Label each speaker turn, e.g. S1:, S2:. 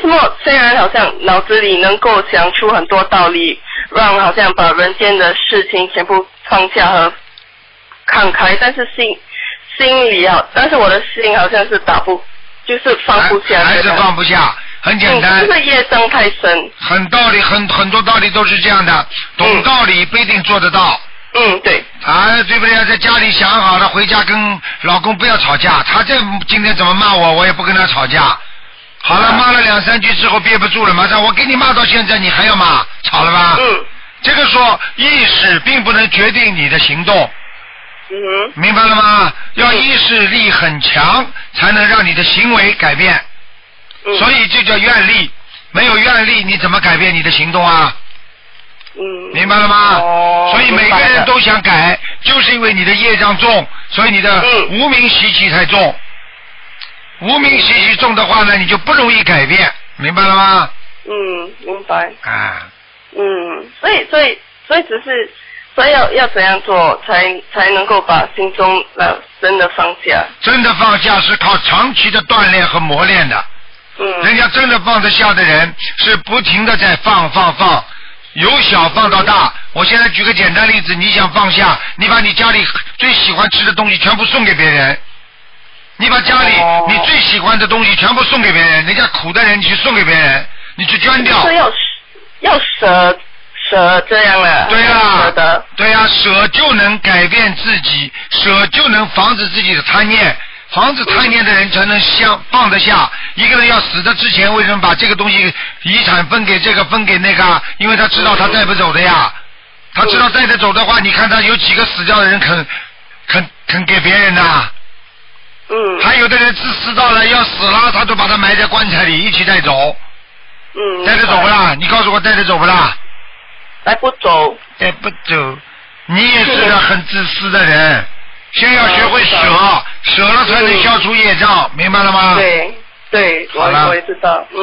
S1: 过虽然好像脑子里能够想出很多道理，让好像把人间的事情全部放下和看开，但是心心里啊，但是我的心好像是打不，就是放不下的
S2: 还还是
S1: 感觉
S2: 放不下，很简
S1: 嗯，
S2: 单
S1: 就，是业障太深。
S2: 很道理，很很多道理都是这样的，懂
S1: 嗯
S2: 道理不一定做得到。
S1: 嗯，对，
S2: 啊，对不对？在家里想好了，回家跟老公不要吵架。他这今天怎么骂我，我也不跟他吵架。好
S1: 嗯
S2: 了，骂了两三句之后憋不住了，马上我给你骂到现在，你还要骂，吵了吧？
S1: 嗯
S2: 这个说意识并不能决定你的行动，
S1: 嗯哼
S2: 明白了吗？要
S1: 嗯
S2: 意识力很强，才能让你的行为改变。
S1: 嗯，
S2: 所以这叫愿力，没有愿力，你怎么改变你的行动啊？
S1: 嗯，
S2: 明白了吗？
S1: 哦，
S2: 所以每
S1: 明
S2: 个
S1: 白
S2: 人
S1: 了
S2: 都想改，就是因为你的业障重，所以你的
S1: 嗯
S2: 无名习气太重。无名习气重的话呢，你就不容易改变，明白了吗？
S1: 嗯，明白。
S2: 啊，
S1: 嗯，所以所以所以只是，所以要要怎样做才才能够把心中呃真的放下？
S2: 真的放下是靠长期的锻炼和磨练的。人
S1: 嗯
S2: 家真的放得下的人，是不停的在放放放，由小放到大。我现在举个简单例子，你想放下，你把你家里最喜欢吃的东西全部送给别人，你把家里
S1: 哦
S2: 你最喜欢的东西全部送给别人，人家苦的人你去送给别人，你去捐掉
S1: 就。是要舍要舍舍这样了。
S2: 对啊呀、
S1: 舍得。
S2: 对呀、舍就能改变自己，舍就能防止自己的贪念，防止贪念的人才能相放得下。一个人要死的之前，为什么把这个东西遗产分给这个分给那个啊？因为他知道他带不走的呀。他知道带得走的话，你看他有几个死掉的人肯肯肯给别人呐、
S1: 嗯
S2: 还有的人自私到了要死了，他都把他埋在棺材里一起带走，
S1: 嗯，
S2: 带得走不
S1: 明白？
S2: 啦？你告诉我带得走不啦？
S1: 来不走。
S2: 带哎不走，你也是个很自私的人，先要学会舍
S1: 嗯，
S2: 舍了才能消除业障，明白了吗？
S1: 对对，我
S2: 啊好了
S1: 我也知道。嗯。